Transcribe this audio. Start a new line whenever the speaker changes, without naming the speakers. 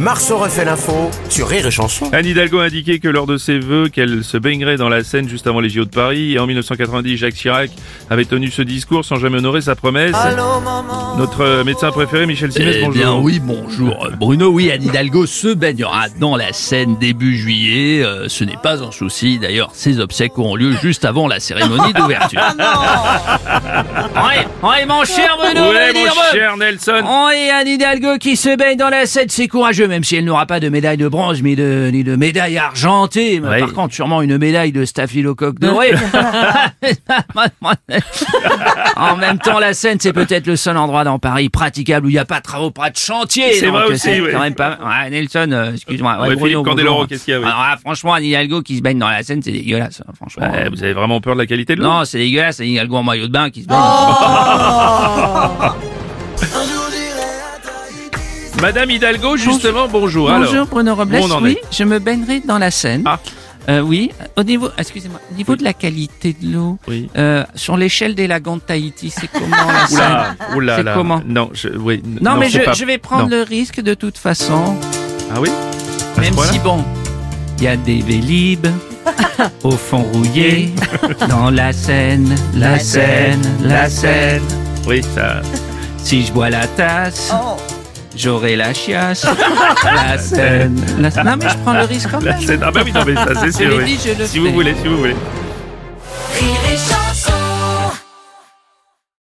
Marceau refait l'info sur Rire et Chanson.
Anne Hidalgo a indiqué que lors de ses vœux, qu'elle se baignerait dans la Seine juste avant les JO de Paris. Et en 1990, Jacques Chirac avait tenu ce discours sans jamais honorer sa promesse. Notre euh, médecin préféré, Michel Simès,
Eh
bonjour.
bien oui, bonjour euh, Bruno, oui, Anne Hidalgo se baignera dans la Seine début juillet, Euh, ce n'est pas un souci, d'ailleurs ses obsèques auront lieu juste avant la cérémonie d'ouverture. ouais, ouais, mon cher Bruno,
Ouais,
Valdirbe.
mon cher Nelson.
Oh, et Anne Hidalgo qui se baigne dans la Seine, c'est courageux, même si elle n'aura pas de médaille de bronze, mais de, ni de médaille argentée. Mais
Ouais.
Par contre, sûrement une médaille de staphylocoque doré. en même temps, la Seine, c'est peut-être le seul endroit dans Paris praticable où il n'y a pas de travaux, pas de chantier.
C'est
Donc,
vrai
euh,
aussi,
c'est
ouais.
quand même pas... Ouais, Nelson, euh, excuse-moi.
Ouais,
Bruno,
Philippe
bonjour.
Candeloro, qu'est-ce qu'il y a, oui.
Alors là, franchement, Anne Hidalgo qui se baigne dans la Seine, c'est dégueulasse, hein, franchement.
Ouais, Eh, bah, vous avez vraiment peur de la qualité de l'eau
Non, c'est dégueulasse, Anne Hidalgo en maillot de bain qui se baigne.
Madame Hidalgo, justement, bonjour.
Bonjour
Alors,
Bruno Robles,
où on en
oui,
est
je me baignerai dans la Seine.
Ah.
Euh, oui, au niveau, excusez-moi, au niveau de la qualité de l'eau,
Oui.
euh, sur l'échelle des lagons de Tahiti, c'est comment la Seine
Oula, oula,
C'est
là.
comment
Non, je, oui, n-
Non, mais
c'est
je,
pas-
je vais prendre
non.
le risque de toute façon,
Ah oui À ce
même
point-là
si bon, il y a des vélib au fond rouillé dans la Seine, la Seine, la Seine.
Oui, ça.
Si je bois la tasse, j'aurai la chiasse, la Seine, la Seine. Non mais je prends le risque quand
la
même.
scène- Ah bah oui, non, mais ça, c'est
Je
sûr.
l'ai
oui.
dit, je le
Si vous
fais.
voulez, si vous voulez.